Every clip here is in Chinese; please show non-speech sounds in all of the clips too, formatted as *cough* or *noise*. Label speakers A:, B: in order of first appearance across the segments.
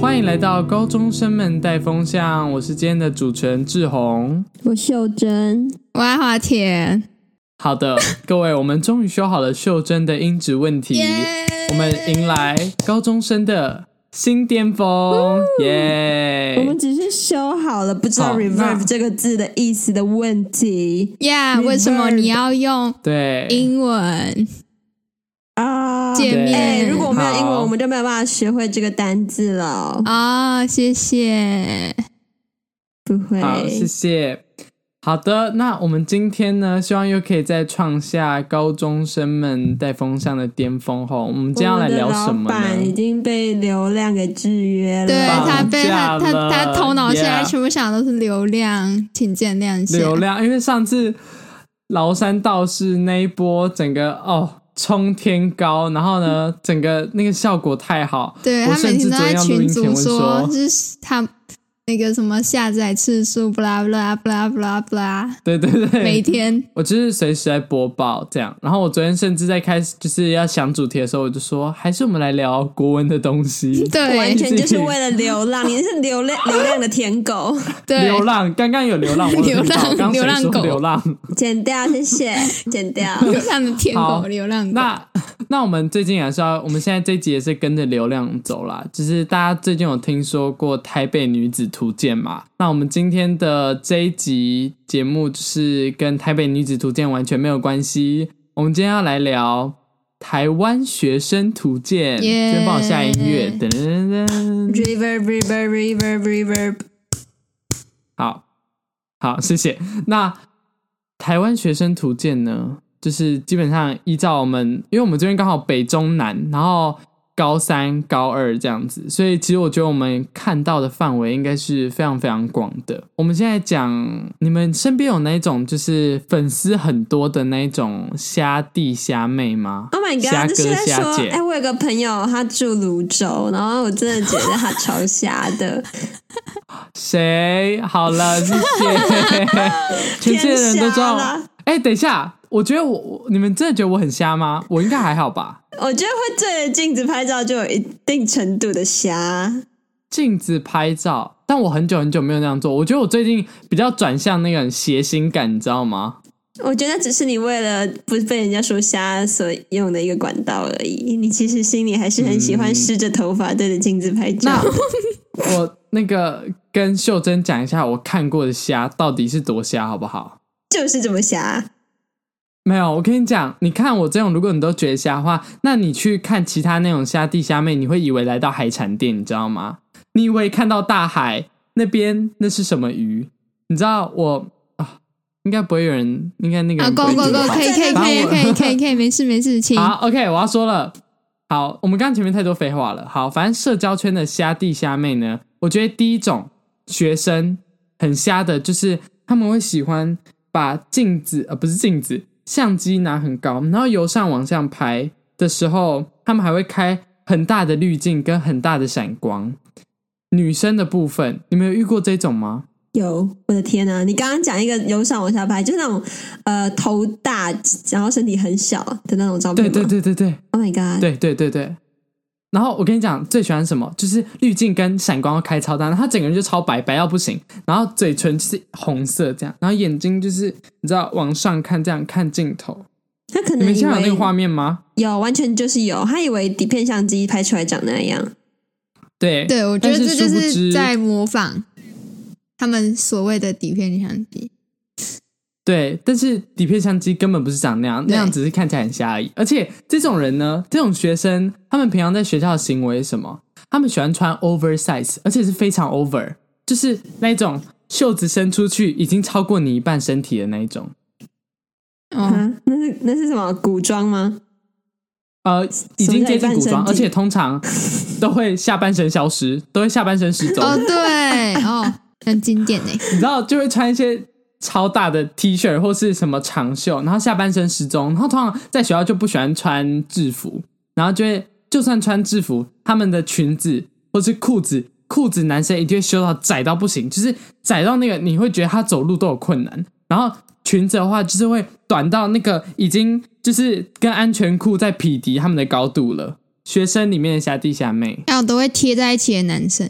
A: 欢迎来到高中生们带风向，我是今天的主持人志宏。
B: 我秀珍，
C: 我爱花田，
A: 好
B: *laughs*
A: 的，各位，我们终于修好了秀珍的音质问题我们迎来高中生的新巅峰，耶、
B: 我们只是修好了，不知道
A: 好
B: “reverb”
A: 那
B: 这个字的意思的问题
C: 呀！Yeah，为什么
B: Reverb
C: 你要用
A: 对，
C: 英文？
B: 啊。
C: 见面
B: 哎如果我没有英文，
A: 好啊
B: 我们就没有办法学会这个单字了。
C: 哦，谢谢。
B: 不会，
A: 好，谢谢。好的，那我们今天呢，希望又可以再创下高中生们带风向的巅峰吼。我们今天要
B: 我
A: 来
B: 们的
A: 聊什
B: 老
A: 么
B: 板已
A: 呢？
B: 经被流量给制约了。
C: 对他被他
A: 放假了
C: 他他头脑现在
A: Yeah
C: 全部想的都是流量，请见谅一下。
A: 流量，因为上次崂山道士那一波，整个哦冲天高，然后呢，整个那个效果太好，
C: 对
A: 我
C: 他每
A: 甚至
C: 天都
A: 昨天
C: 在
A: 要录
C: 群
A: 音前
C: 组
A: 问
C: 说，
A: 说，
C: 就是他那个什么下载次数，不啦不啦不啦不啦不啦，
A: *laughs* 对对对，
C: 每天，
A: 我就是随时在播报这样，然后我昨天甚至在开始就是要想主题的时候，我就说还是我们来聊国文的东西
C: 对
B: 完全就是为了流浪，你是流量流量的舔狗，
C: *laughs* 对
A: 流浪。刚刚有流浪，我有
C: *laughs* 流
A: 听到
C: 浪
A: 刚刚谁
C: 流浪
A: 说
C: 狗
A: 流浪。
B: 剪掉，谢谢，剪掉。
C: 流浪的舔
A: 好
C: 狗，流浪狗。
A: 那那我们最近还是要，我们现在这一集也是跟着流量走啦。就是大家最近有听说过《台北女子图鉴》嘛？那我们今天的这一集节目就是跟《台北女子图鉴》完全没有关系。我们今天要来聊《台湾学生图鉴》
C: 耶
A: 先帮我下音乐，噔噔噔噔。
B: Reverb, reverb, reverb, reverb。
A: 好，好，谢谢。那台湾学生图鉴呢，就是基本上依照我们，因为我们这边刚好北中南，然后高三、高二这样子，所以其实我觉得我们看到的范围应该是非常非常广的。我们现在讲，你们身边有那一种就是粉丝很多的那一种虾弟虾妹吗
B: Oh my
A: 虾
B: god！
A: 哥
B: 就是在
A: 虾
B: 说，
A: 姐
B: 哎、我有个朋友，他住泸州，然后我真的觉得他超瞎的， *laughs*
A: 谁？好了，谢谢。全世界的人都知道
B: 偏瞎啦。
A: 哎、等一下，我觉得我我你们真的觉得我很瞎吗？我应该还好吧。
B: 我觉得会对着镜子拍照就有一定程度的瞎。
A: 镜子拍照，但我很久很久没有那样做。我觉得我最近比较转向那个很谐星感，你知道吗？
B: 我觉得只是你为了不被人家说瞎所用的一个管道而已。你其实心里还是很喜欢湿着头发对着镜子拍照。
A: 那我那个跟秀珍讲一下，我看过的虾到底是多虾，好不好？
B: *laughs* 就是这么瞎。
A: 没有，我跟你讲，你看我这种，如果你都觉得瞎的话，那你去看其他那种虾弟虾妹，你会以为来到海产店，你知道吗？你以为看到大海那边那是什么鱼？你知道我啊，应该不会有人，应该那个
C: 啊
A: 人不
C: ，go
A: 会
C: go
A: 听到
C: go，可以可以可以可以可以可以，没事没事，请
A: 好，OK，我要说了。好，我们刚刚前面太多废话了。好，反正社交圈的虾弟虾妹呢，我觉得第一种学生很瞎的，就是他们会喜欢把镜子呃不是镜子，相机拿很高，然后由上往下拍的时候，他们还会开很大的滤镜跟很大的闪光。女生的部分，你们有遇过这种吗？
B: 有，我的天啊呐！你刚刚讲一个由上往下拍，就是那种呃头大，然后身体很小的那种照片
A: 对
B: 吗。
A: 对对对对，
B: Oh my
C: *laughs*
B: god！
A: 对对对对。然后我跟你讲，最喜欢什么？就是滤镜跟闪光要开超大，然后他整个人就超白，白到不行。然后嘴唇是红色这样，然后眼睛就是你知道往上看，这样看镜头。
B: 他可
A: 你
B: 能
A: 们
B: 以
A: 现在有那个画
B: 为
A: 面吗？
B: 有，完全就是有，他以为底片相机拍出来长那样。
A: 对
C: 对，我觉
A: 但
C: 得这
A: 是
C: 就
A: 殊不
C: 是
A: 知
C: 在模仿他们所谓的底片相机。
A: 对，但是底片相机根本不是长那样，那
C: 对
A: 样只是看起来很瞎而已。而且这种人呢，这种学生，他们平常在学校的行为是什么？他们喜欢穿 oversize，而且是非常 over，就是那一种袖子伸出去已经超过你一半身体的那一种。嗯
C: 哦，
B: 啊，那是那是什么古装吗？
A: 呃，已经接近古
B: 什么叫一半身
A: 装，
B: 体 *laughs*
A: 而且通常都会下半身消失，都会下半身失踪。
C: 哦，对，哦，很经典诶。
A: 你知道，就会穿一些超大的 T 恤或是什么长袖，然后下半身失踪。然后通常在学校就不喜欢穿制服，然后就会就算穿制服，他们的裙子或是裤子，裤子男生一定会修到窄到不行，就是窄到那个你会觉得他走路都有困难。然后裙子的话，就是会短到那个已经就是跟安全裤在匹敌他们的高度了。学生里面的侠弟侠妹。
C: 还有哎都会贴在一起的男生。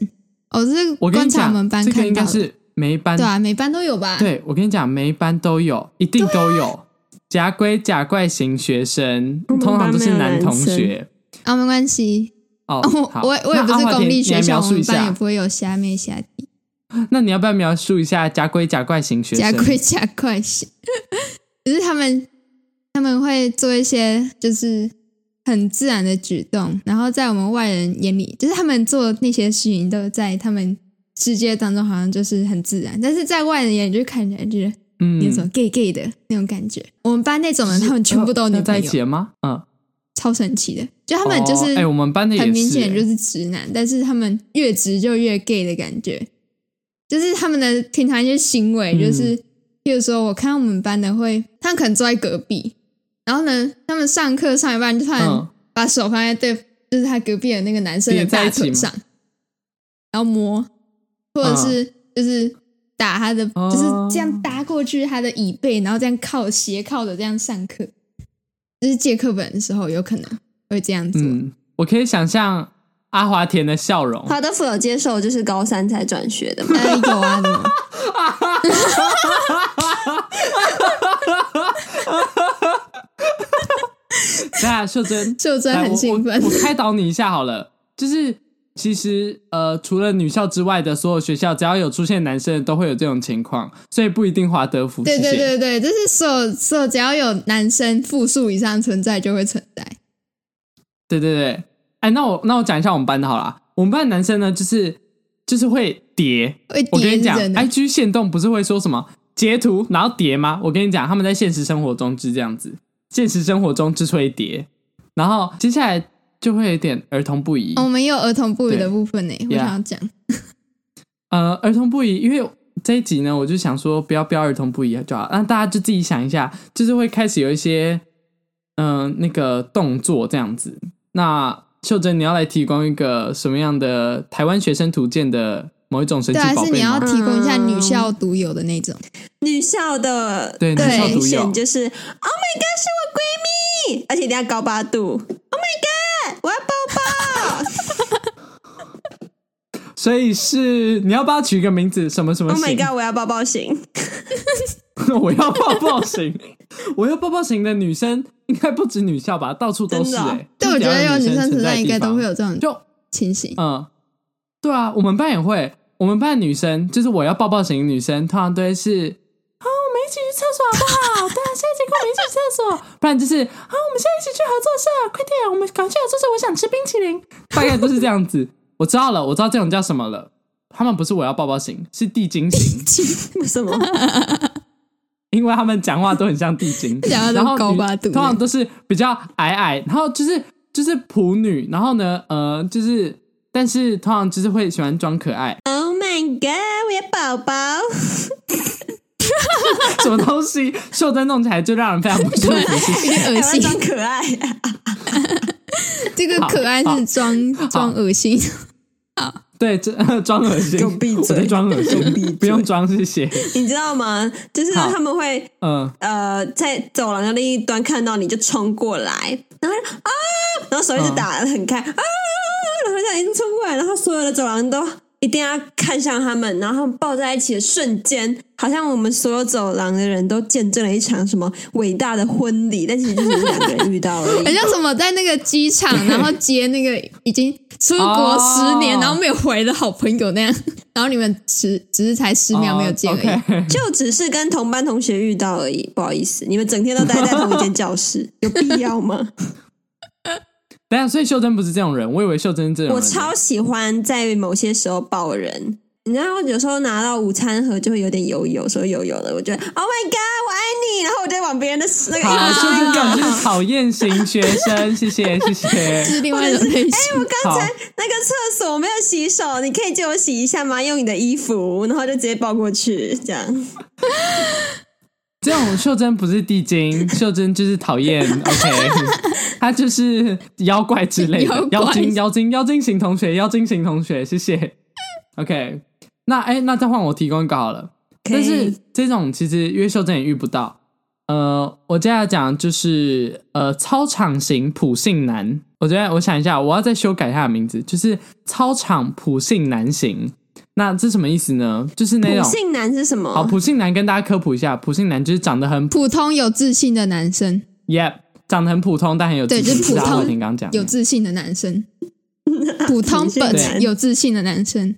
C: 哦，这是
A: 我跟
C: 观
A: 你
C: 察
A: 讲
C: 我们，班
A: 这个
C: 看
A: 应
C: 到
A: 该
C: 的，
A: 是每一班
C: 对啊，每班都有吧？，
A: 对，我跟你讲，每一班都有，一定都有。假鬼假怪型学生，
B: 我们
A: 通常都是
B: 班没有
A: 男
B: 男
A: 同
B: 生
A: 学。
C: 啊，没关系。
A: 哦，
C: 哦
A: 好，
C: 我也我也
A: 那
C: 不
A: 阿
C: 是
A: 华
C: 公
A: 田
C: 立
A: 你来
C: 学
A: 描
C: 校，我
A: 述一
C: 们班也
A: 下
C: 不。会有虾妹虾弟，
A: 那你要不要描述一下假鬼假怪型学
C: 加
A: 生？
C: 贵加快些。只是他们他们会做一些就是很自然的举动，然后在我们外人眼里，就是他们做那些事情都在他们世界当中好像就是很自然，但是在外人眼里就看起来就是
A: 嗯，
C: 那种 gay gay 的那种感觉。我们班那种人，
A: 是
C: 他们全部都有
A: 要
C: 女
A: 要在
C: 朋
A: 一
C: 友
A: 起，了吗？嗯，
C: 超神奇的。就他们就
A: 哦
C: 是
A: 哎，我们班的也
C: 很
A: 是
C: 明显
A: 哎
C: 就是直男，但是他们越直就越 gay 的感觉，就是他们的平常一些行为，
A: 嗯
C: 就是、譬如说，我看我们班的会，他们可能坐在隔壁，然后呢，他们上课上一半就突然
A: 嗯
C: 把手放在对，就是他隔壁的那个男生的
A: 叠在
C: 大
A: 一起
C: 腿
A: 吗
C: 上，然后摸，或者是就是打他的，
A: 嗯哦
C: 就是这样搭过去他的椅背，然后这样靠斜靠的这样上课，就是借课本的时候有可能会这样做。
A: 嗯，我可以想象阿华田的笑容。
B: 华德福有接受，就是高三才转学
C: *laughs*
B: 的嘛。
C: 呃，有啊，有啊
A: 对啊，秀珍，
C: 秀珍
A: 来
C: 很
A: 我
C: 兴奋
A: 我我开导你一下好了，就是其实呃，除了女校之外的所有学校，只要有出现男生，都会有这种情况，所以不一定华德福。
C: *laughs* 对对
A: 谢谢，
C: 对对，就是所有所有只要有男生复数以上存在就会存在。
A: 对对对。哎，那我那我讲一下我们班的好啦。我们班的男生呢，就是就是会叠，
C: 会
A: 我跟
C: 叠
A: 你
C: 是
A: 讲哎
C: 真的，
A: ，IG 限动不是会说什么截图然后叠吗？我跟你讲，他们在现实生活中是这样子，现实生活中之所以叠，然后接下来就会有点儿童不宜。
C: 哦我们也有儿童不语的
A: 对
C: 部分呢，我
A: Yeah
C: 想要讲。
A: 呃，儿童不宜，因为这一集呢，我就想说不要标儿童不宜啊就好，那大家就自己想一下，就是会开始有一些嗯、呃那个动作这样子。那秀珍，你要来提供一个什么样的台湾学生图鉴的某一种神奇
C: 对啊，
A: 宝
C: 是你
A: 贝
C: 要
A: 吗？
C: 提供一下女校独有的那种，
B: 女校的
A: 对
B: 最
C: 女校独
A: 有
B: 明显就是 Oh my God 是我闺蜜，而且一定要高八度 Oh my God 我要抱抱
A: 所以是 *laughs* 你要帮他取一个名字，什么什么
B: Oh
A: 型
B: my God 我要抱抱型，
A: *laughs* 我要抱抱型，我要抱抱型的女生应该不止女校吧，到处都是、
B: 真的
A: 欸。
B: 哦
C: 对，我
A: 就
C: 觉
A: 只要
C: 得有
A: 女
C: 女生存
A: 存
C: 在应该都会
A: 有。
C: 有这种
A: 就
C: 情形。
A: 嗯，对啊，我们班也会，我们班的女生就是我要抱抱型的女生，通常都会是。好，我们一起去厕所好不 *laughs* 好？对啊，现在结果我们一起去厕所，不然就是好，我们现在一起去合作社，快点，我们赶快去合作社，我想吃冰淇淋，大概都是这样子。我知道了，我知道这种叫什么了，他们不是我要抱抱型，是地精型。
B: 为什么？
A: 因为他们讲话都很像地精，
C: *laughs* 讲话都
A: 然后女
C: 高八度欸
A: 通常都是比较矮矮，然后就是就是普女，然后呢，呃，就是但是通常就是会喜欢装可爱，
B: Oh my god！我要宝宝，
A: 什么东西秀珍弄起来就让人非常不舒服。谢谢
C: 有
A: *laughs*
B: 还要
C: 点恶心，
B: 装可爱。 *laughs*
C: 这个可爱
A: 好
C: 是装装恶心，
A: 对，这呃装恶心，
B: 给我闭嘴
A: 我在装恶
B: 给我闭嘴
A: 心，不用装，谢谢。
B: 你知道吗？就是
A: 好
B: 他们会
A: 嗯，
B: 呃在走廊的另一端看到你就冲过来，然后就啊，然后手一直打得很开、啊，然后这样一直冲过来，然后所有的走廊都一定要看向他们，然后他们抱在一起的瞬间，好像我们所有走廊的人都见证了一场什么伟大的婚礼，但其实就是你两个人遇到而
C: *laughs* 很
B: 已。
C: 像什么在那个机场，
A: *laughs*
C: 然后接那个已经出国十年
A: 哦
C: 然后没有回的好朋友那样，然后你们只只是才十秒没有见而已。
A: 哦，OK *laughs*
B: 就只是跟同班同学遇到而已，不好意思，你们整天都待在同一间教室，有必要吗？
A: 等一下，所以秀珍不是这种人，我以为秀珍是这种
B: 我
A: 人。
B: 超喜欢在某些时候抱人，你知道，有时候拿到午餐盒就会有点油油，说油油的，我觉得 Oh my God，我爱你，然后我就往别人的那个
A: 好，
B: 衣服
A: 秀珍
B: 上面
A: 这
B: 搞
A: 种就是讨厌型学生，谢
B: *laughs*
A: 谢，谢谢。
C: 是另外一种类型。
B: 我刚才
A: 好
B: 那个厕所没有洗手，你可以借我洗一下吗？用你的衣服，然后就直接抱过去，这样。
A: 这种秀珍不是地精，秀珍就是讨
B: *laughs*
A: 厌 OK，她就是妖怪之类
C: 妖
A: 的
C: 怪
A: 妖精、妖精、妖精型同学、妖精型同学，谢谢。OK，那哎、那再换我提供一个好了。
B: 可
A: 但
B: 以
A: 是这种其实因为秀珍也遇不到，呃，我接下来讲就是呃，操场型普信男。我觉得我想一下，我要再修改一下名字，就是操场普信男型。那这什么意思呢？就是那
B: 普
A: 种
B: 信男是什
A: 好
B: 么？
A: 普信男跟大家科普一下，普信男就是长得很普
C: *laughs* 普通有自信的男生，
A: ，yep，长得很普通，但很有自
C: 对
A: 信。
C: 就是普
A: 是阿
C: 通
A: 慧婷刚刚讲的
C: 有自信的男 *laughs* 生，普通
B: 信
A: 男
C: but 有自信的男生，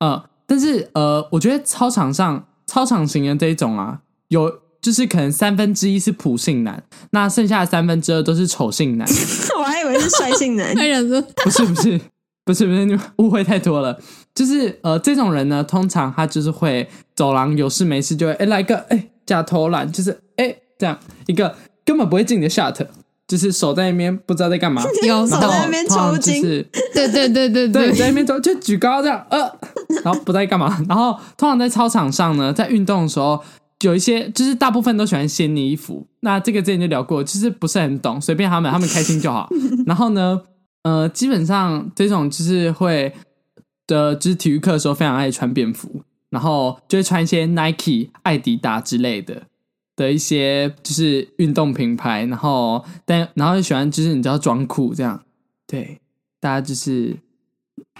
A: 呃，但是呃，我觉得操场上操场型的这一种啊，有就是可能三分之一是普信男，那剩下的三分之二都是丑性男。
B: *laughs* 我还以为是衰
A: *laughs*
B: 性男。
C: 他想说
A: 不是不是不是不是，你们误会太多了。就是呃，这种人呢，通常他就是会走廊有事没事就会哎、诶来一个哎、诶假投篮，就是哎、诶这样一个根本不会进你的 shot，就是手在那边不知道在干嘛，
B: *laughs*
C: 有
B: 手
A: 然
B: 在
A: 后
B: 那边
A: 通常
B: 抽
A: 就
B: 筋，
A: 是
C: *laughs* 对对对对
A: 对，
C: 对，
A: 在那边走就举高这样，呃，然后不知道在干嘛。然后通常在操场上呢，在运动的时候，有一些就是大部分都喜欢掀你衣服。那这个之前就聊过，就是不是很懂，随便他们，他们开心就好。然后呢，呃，基本上这种就是会的，就是体育课的时候非常爱穿便服，然后就会穿一些 Nike、艾迪达之类的。的一些就是运动品牌，然后但然后又喜欢就是你知道装酷这样，对，大家就是，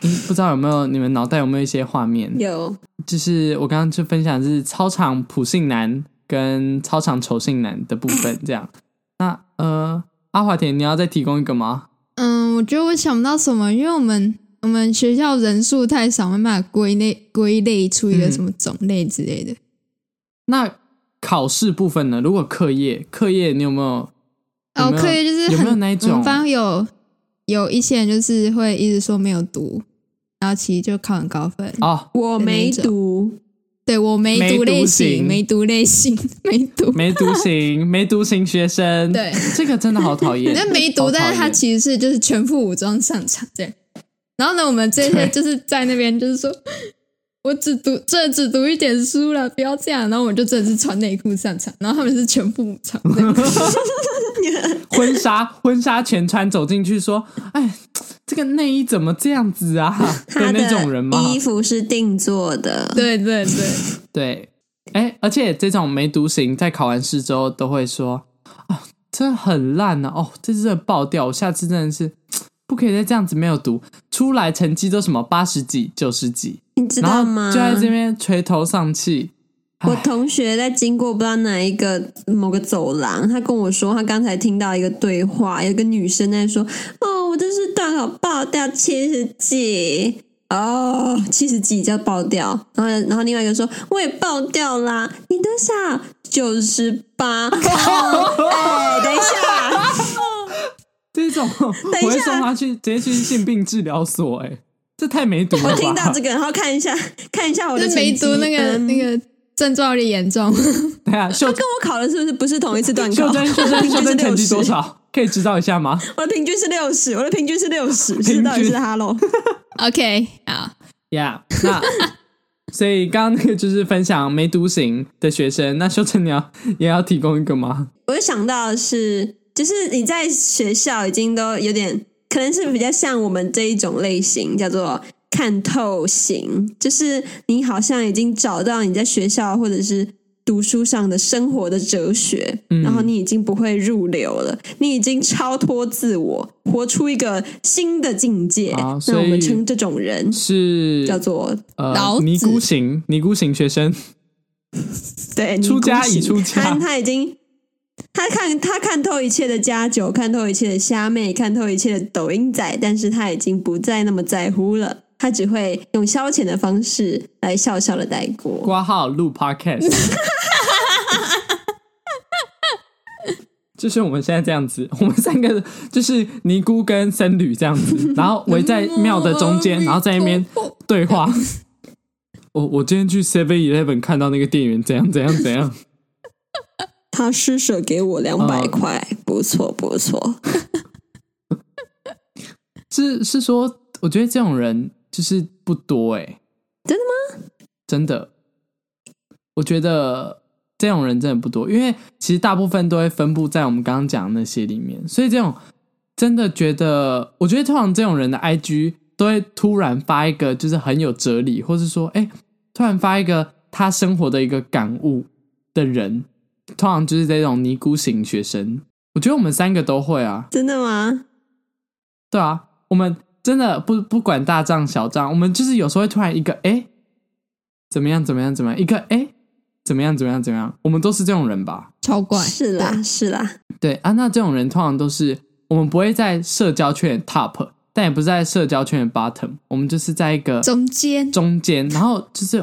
A: 嗯，不知道有没有你们脑袋有没有一些画面？
B: 有
A: 就是我刚刚就分享的是操场普信男跟操场丑性男的部分，这样。那呃，阿华田，你要再提供一个吗？
C: 嗯，我觉得我想不到什么，因为我们我们学校人数太少，没办法归类归类出一个
A: 嗯
C: 什么种类之类的。
A: 那考试部分呢？如果课业，课业你有没有？有
C: 哦，
A: 没有
C: 可以就是
A: 有
C: 很
A: 没有那一
C: 我
A: 种
C: 们班有有一些人就是会一直说没有读，然后其实就考很高分。
A: 哦，
B: 我没读，
C: 对我没
A: 没
C: 读
A: 读
C: 类
A: 型
C: 型，没读类型，没读。
A: 没读型，没读型学生，
C: 对，
A: 这个真的好讨厌。
C: 那没读，
A: 好讨
C: 但是他
A: 厌 *laughs*
C: 其实是就是全副武装上场这样。然后呢，我们这些
A: 对
C: 就是在那边就是说，我只读这只读一点书了，不要这样。然后我们就真的是穿内裤上场，然后他们是全副武装这样。
A: 婚纱婚纱全穿走进去说：“哎，这个内衣怎么这样子啊？”
B: 他
A: 那种人吗？
B: 衣服是定做的，
C: 对对对，
A: 对，哎，而且这种没读型，在考完试之后都会说：“啊，真的很烂啊！哦，这次真的爆掉，我下次真的是不可以再这样子没有读，出来成绩都什么八十几、九十几，
B: 你知
A: 然
B: 道
A: 后
B: 吗？
A: 就在这边垂头丧气。”
B: *laughs* 我同学在经过不知道哪一个某个走廊，他跟我说，他刚才听到一个对话，有个女生在说：“哦，我这是大考爆掉七十几，哦，七十几叫爆掉。”然后，然后另外一个说：“我也爆掉啦，你多少？九十八。”哦，哎，等一下，
A: 这种我
B: *laughs* 等一
A: 会
B: 下
A: 送他去直接去性病治疗所、哎，这太没读了吧！
B: 我听到这个，然后看一下，看一下我的
C: 就是没
B: 成绩
C: 读那个
B: 嗯
C: 那个症状有点严重。
A: *laughs* 对啊，秀
B: 他跟我考的是不是不是同一次段
C: *laughs*
A: 秀
B: 考？
A: 珍，秀
B: 我的 *laughs*
A: 珍，
B: 平
A: 秀
B: 均是
A: 珍成绩
B: 60
A: 多少？可以知道一下吗？
B: 我的平均是六十，我的平均是六十，
A: 均
B: 是到底是哈喽？
C: OK，好，
A: Yeah，那
B: *laughs*
A: 所以刚刚那个就是分享没读型的学生，那修成你要也要提供一个吗？
B: 我就想到的是，就是你在学校已经都有点，可能是比较像我们这一种类型，叫做看透型，就是你好像已经找到你在学校或者是读书上的生活的哲学，
A: 嗯
B: 然后你已经不会入流了，你已经超脱自我，活出一个新的境界。
A: 啊所
B: 那
A: 以
B: 我们称这种人
A: 是
B: 叫做
A: 呃
C: 老子
A: 尼姑型，尼姑型学生，
B: 对，
A: 出家已
B: 已
A: 出家
B: 他他已经他看他看透一切的家酒，看透一切的虾妹，看透一切的抖音仔，但是他已经不再那么在乎了，他只会用消遣的方式来笑笑的带过。
A: 挂号录 podcast。就是我们现在这样子，我们三个就是尼姑跟僧侣这样子，然后围在庙的中间，
C: *laughs*
A: 然后在那边对话。我我今天去 Seven Eleven 看到那个店员怎样怎样怎样，
B: 他施舍给我两百
A: 哦
B: 块，不错不错。
A: 是是说，我觉得这种人就是不多哎、
B: 真的
A: 吗？真的，我觉得这种人真的不多，因为其实大部分都会分布在我们刚刚讲的那些里面，所以这种真的觉得，我觉得通常这种人的 IG 都会突然发一个就是很有哲理，或是说哎、诶突然发一个他生活的一个感悟的人，通常就是这种尼姑型学生。我觉得我们三个都会啊，
B: 真的吗？
A: 对啊，我们真的不不管大账小账，我们就是有时候会突然一个哎、诶怎么样怎么样怎么样，一个哎、诶怎么样怎么样怎么样，我们都是这种人吧？
C: 超怪，
B: 是啦，是啦，，
A: 对啊，那这种人通常都是我们不会在社交圈的 top，但也不是在社交圈的 bottom，我们就是在一个
C: 对，中间
A: 中间，然后就是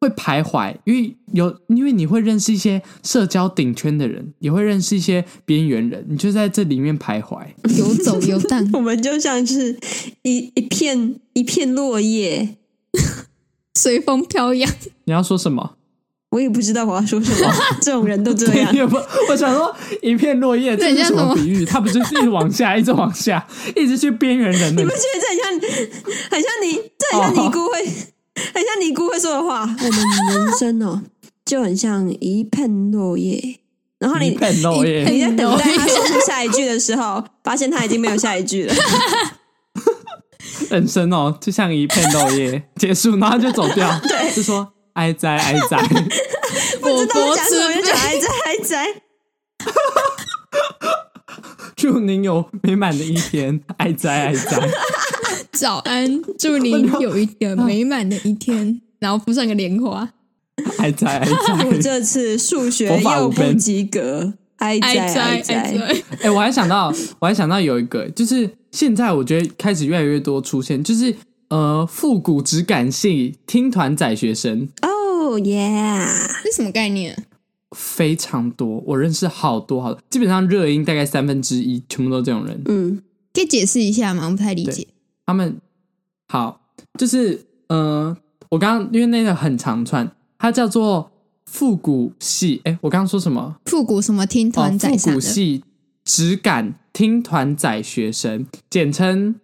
A: 会徘徊，因为有因为你会认识一些社交顶圈的人，也会认识一些边缘人，你就在这里面徘徊。
C: 游走游荡
B: 我们就像是一一片一片落叶，
C: 随风飘扬。
A: 你要说什么？
B: 我也不知道我要说什
A: *laughs*，
B: 么。这种人都这样
A: 也不，我想说一片落叶，这
C: 对
A: 是什
C: 你要
A: 么
C: 怎么
A: 比喻？它不就是一直往下，一直往 *laughs* 下，一直去边缘人的
B: 你不觉得这很像，很像你，这很像尼姑会，很像尼姑会说的话。哦我们人生哦，就很像一片落叶。然后你
A: 一片落叶
B: 你你在等待他说出下一句的时候，发现他已经没有下一
A: *laughs*
B: 句了。
A: 人生哦，就像一片落 *laughs* 叶，结束，然后就走掉，就说哀哉哀 *laughs* 哉。
C: 我
B: 知道他
C: 国
B: 讲什么就
C: 之
B: 讲
C: 悲，
B: 还在还在。
A: 祝您有美满的一天，哀哉哀哉。
C: 早
A: *laughs*
C: 安，祝你有一个美满的一天，然后附上个莲花，
A: 还 *laughs* 在还
B: 我
A: 在。
B: 这次数学
A: 头发
B: 又
A: 五
B: 不
A: 根
B: 及格，哀哉
C: 哀哉
B: 哀
C: 哀
B: 哉。
C: 哉，
A: 哎、我还想到，我还想到有一个，就是现在我觉得开始越来越多出现，就是呃复古质感系听团仔学生
B: 哦耶！
C: 这什么概念？啊
A: 非常多，我认识好多好多，基本上热音大概三分之一全部都这种人，
B: 嗯，
C: 可以解释一下吗？我不太理
A: 对
C: 解。
A: 他们好就是呃，我刚刚因为那个很长串，它叫做复古系，哎、我刚刚说什么？
C: 复古什么听团仔
A: 哦、复
C: 啥
A: 古
C: 的，
A: 系只敢听团仔学生，简称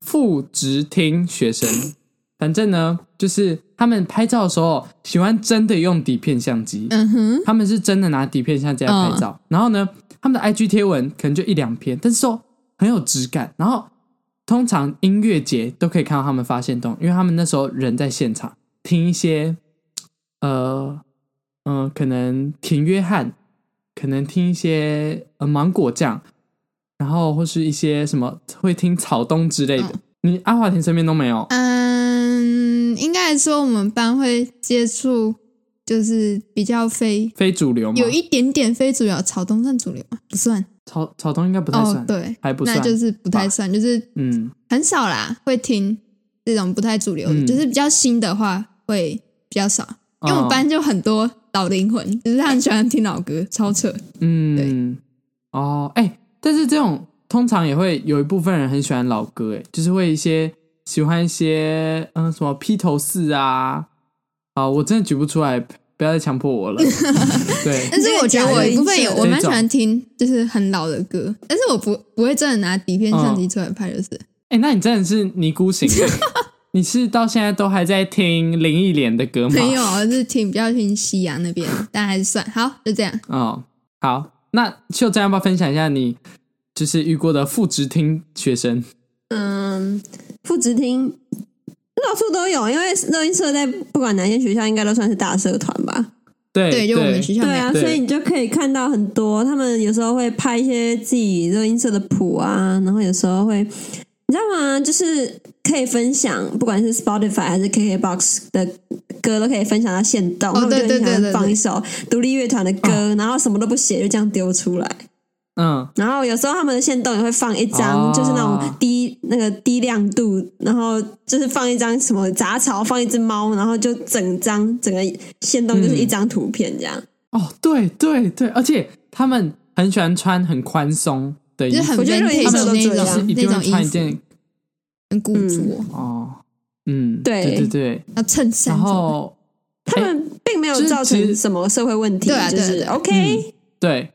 A: 复职听学生。反正呢，就是他们拍照的时候喜欢真的用底片相机，
C: 嗯哼，
A: 他们是真的拿底片相机来
C: 嗯
A: 拍照。然后呢，他们的 IG 贴文可能就一两篇，但是说很有质感。然后通常音乐节都可以看到他们发现动，因为他们那时候人在现场听一些，呃嗯、呃可能听约翰，可能听一些呃芒果酱，然后或是一些什么会听草东之类的。
C: 嗯
A: 你阿华田身边都没有，
C: 嗯，应该来说我们班会接触，就是比较非
A: 非主流吗？
C: 有一点点非主流，草东算主流吗？不算，
A: 草草东应该不太算，
C: 哦，对，
A: 还不算，
C: 那就是不太算，就是
A: 嗯。
C: 很少啦，会听这种不太主流的，
A: 嗯
C: 就是比较新的话会比较少。因为我
A: 哦
C: 班就很多老灵魂，就是他很喜欢听老歌，
A: *laughs*
C: 超扯。
A: 嗯，哦，哎、但是这种通常也会有一部分人很喜欢老歌，哎，就是会一些喜欢一些嗯什么披头士啊，啊，我真的举不出来，不要再强迫
C: *laughs*
A: 我了。对，
C: 但是我觉得我有一部分有，
B: 这个
C: 我蛮喜
A: 这
C: 欢听就是很老的歌，但是我不不会真的拿底片相机出来拍，就是、
A: 哎、那你真的是尼姑型
C: *laughs*
A: 的，你是到现在都还在听林忆莲的歌吗？
C: 没有，我是听比较听西洋那边，
A: *laughs*
C: 但还是算好，就这样。
A: 哦，好，那秀珍要不要分享一下你就是遇过的副职听学生？
B: 嗯，副职听到处都有，因为乐音社在不管哪间学校，应该都算是大社团吧。
A: 对
C: 对，就我们学校
B: 对
C: 没有。
B: 啊，
A: 对
B: 所以你就可以看到很多，他们有时候会拍一些自己乐音社的谱啊，然后有时候会，你知道吗？就是可以分享，不管是 Spotify 还是 KKBox 的歌，都可以分享到现动。
C: 哦
B: 那我就
C: 对
B: 很
C: 对
B: 喜欢
C: 对对对哦
B: 放一首独立乐团的歌，然后什么都不写，就这样丢出来。
A: 嗯，
B: 然后有时候他们的线动也会放一张，
A: 哦
B: 就是那种低那个低亮度，然后就是放一张什么杂草，放一只猫，然后就整张整个线动
C: 嗯
B: 就是一张图片这样。
A: 哦，对对对，而且他们很喜欢穿很宽松的衣
C: 就是
A: 服，
C: 很
B: 我觉得
C: vintage
B: 他们都这
C: 那
B: 样
A: 就是
C: 种
A: 一
C: 那
A: 定
C: 种
A: 会穿
C: 衣
A: 一
C: 件
A: 件
C: 很古着，
A: 哦，嗯，
B: 对
A: 对对对，
C: 然后衬衫
A: 然
C: 什么的，
A: 后
B: 他们并没有
A: 就是
B: 造
A: 其
B: 成
A: 实
B: 什么社会问题，
C: 对啊
B: 就
C: 对啊
B: 是
C: 对啊
A: 嗯
B: OK，
A: 对，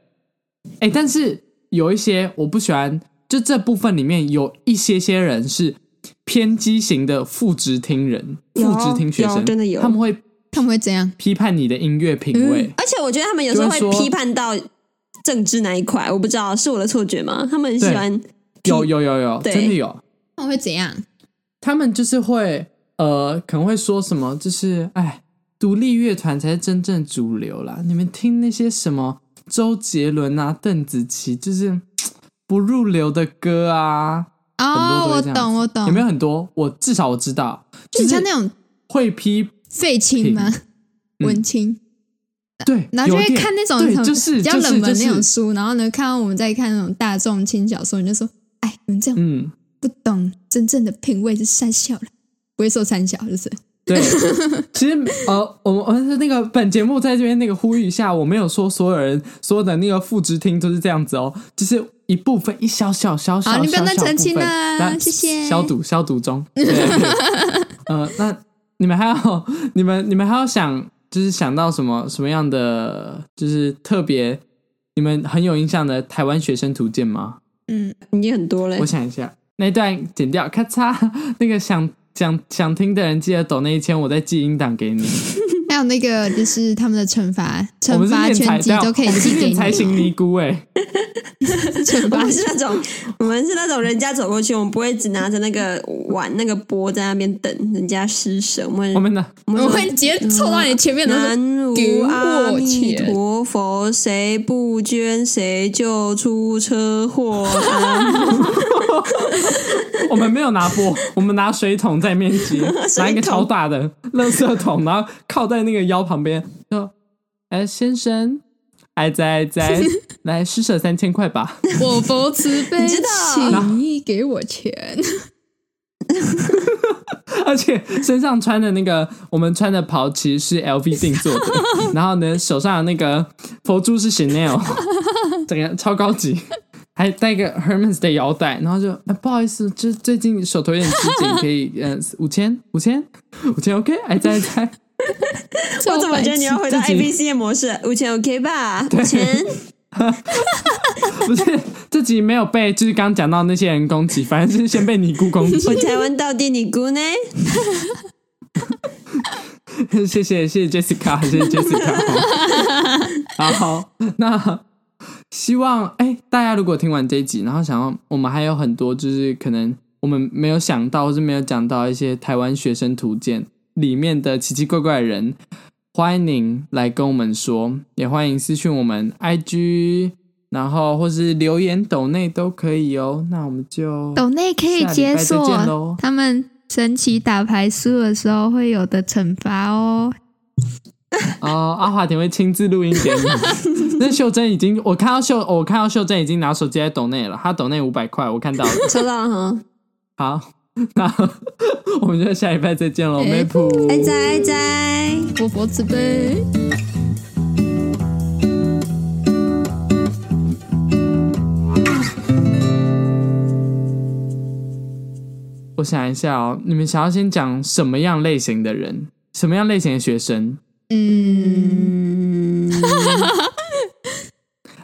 A: 哎，但是有一些我不喜欢，就这部分里面有一些些人是偏激型的副职听人，
B: 有
A: 副职听学
B: 有
A: 生，
B: 真的有
A: 他们会
C: 他们会怎样？
A: 批判你的音乐
C: 嗯
A: 品味，
B: 而且我觉得他们有时候会
A: 就会说
B: 批判到政治那一块，我不知道是我的错觉吗？他们很喜欢
A: 有有有有，
B: 对
A: 真的有，
C: 他们会怎样？
A: 他们就是会呃，可能会说什么，就是哎，独立乐团才是真正主流啦。你们听那些什么周杰伦啊、邓紫棋，就是嗯不入流的歌啊，
C: 哦，我
A: 很多都会这样子
C: 懂，我懂，
A: 有没有很多？我至少我知道，
C: 就很像那种
A: 会批
C: 废青吗？
A: 嗯
C: 文青，
A: 对，
C: 然后就
A: 有
C: 会
A: 点
C: 看那种
A: 对，
C: 很
A: 就是
C: 比较冷门
A: 就是
C: 那
A: 就
C: 种
A: 是
C: 书，然后呢，看到我们在看那种大众轻小说，你就说：“哎，你们这样
A: 嗯，
C: 不懂真正的品味是三小了，不会受三小，
A: *laughs*
C: 就是
A: 对，其实呃，我们我们是那个本节目在这边那个呼吁一下，我没有说所有人所有的那个副职听都是这样子哦，就是一部分一小小小小
C: 好
A: 小
C: 你不
A: 小
C: 要乱澄
A: 部
C: 清
A: 分
C: 啦
A: 那
C: 谢谢
A: 消毒消毒中。对呃，那你们还要 *laughs* 你们你们还要想就是想到什么什么样的就是特别你们很有印象的台湾学生图鉴吗？
C: 嗯，
B: 你很多嘞
A: 我，想一下，那一段剪掉，咔嚓。那个想想想听的人记得抖那一千，我再寄音档给你。
C: 还有那个就是他们的惩罚，
A: 我
C: 惩
A: 们是
C: 罚
A: 练
C: 拳
A: 才
C: 击
A: 对啊
C: 都可以
A: 我们是
C: 寄给
A: 练
C: 你，
A: 才型尼姑哎、
C: 惩
B: 我
C: 罚
B: 们是那种，我们是那种人家走过去，我们不会只拿着那个碗、那个钵在那边等人家施舍，我们
A: 我们呢？
B: 我
C: 我
B: 们
C: 们
B: 说
C: 会直接凑到你前面，然后说
B: 南
C: 给
B: 无
C: 我
B: 阿弥
C: 钱
B: 陀佛，谁不捐谁就出车祸。啊
A: 我们没有拿钵，我们拿水桶在
C: *laughs*
A: 面前，拿一个超大的垃圾桶，然后靠在那个腰旁边，就哎先生，哎在哎
C: *laughs*
A: 在，来施舍三千块吧。
C: 我佛慈悲，
B: 你知道
C: 请给我
A: *laughs*
C: 钱。
A: 而且身上穿的那个我们穿的袍其实是 LV 定做的，然后呢手上的那个佛珠是 Chanel，整个超高级，还带一个 Hermes 的腰带，然后就、呃不好意思，这最近手头有点吃紧，可以嗯五千五千五千 OK，哎在在，
B: 我怎么觉得你要回到
A: 自
B: A
A: 己
B: B C 的模式？五千 OK 吧？五千，
A: 不是这集没有被就是刚讲到那些人攻击，反正是先被尼姑攻击，
B: *laughs* 我台湾到底你姑呢？
A: *laughs* 谢谢谢谢 Jessica，谢谢 Jessica。好，好那希望哎、大家如果听完这一集，然后想要我们还有很多就是可能我们没有想到或是没有讲到一些台湾学生图鉴里面的奇奇怪怪的人，欢迎您来跟我们说，也欢迎私讯我们 IG。然后或是留言抖内都可以哦，那我们就
C: 抖内可以解
A: 下礼拜再见
C: 锁
A: 咯
C: 他们神奇打牌输的时候会有的惩罚哦。
A: 哦，阿华田会亲自录音给
B: *laughs*
A: 你。那秀珍已经，我看到秀，我看到秀珍已经拿手机在抖内了，她抖内五百块，我看
B: *laughs*
A: 到了。
B: 收到了哈，
A: 好，那 *laughs* 我们就下礼拜再见喽，
C: 哎
A: 梅普。
B: 哎在哎在。
C: 我佛慈悲。
A: 我想一下哦，你们想要先讲什么样类型的人，什么样类型的学生？
C: 嗯，
B: 你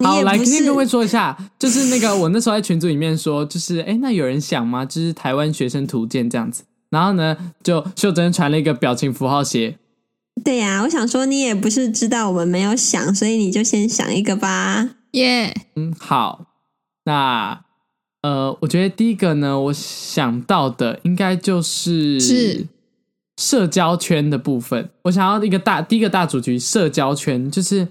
A: 好，
B: 也
A: 来
B: 不
A: 跟
B: 是
A: 各位说一下，就是那个我那时候在群组里面说，就是哎，诶那有人想吗？就是台湾学生图鉴这样子。然后呢，就秀珍传了一个表情符号写
B: 对呀、我想说你也不是知道我们没有想，所以你就先想一个吧。
C: 耶、
A: 嗯，好，那呃，我觉得第一个呢，我想到的应该就是
C: 是
A: 社交圈的部分。我想要一个大第一个大主题，社交圈，就是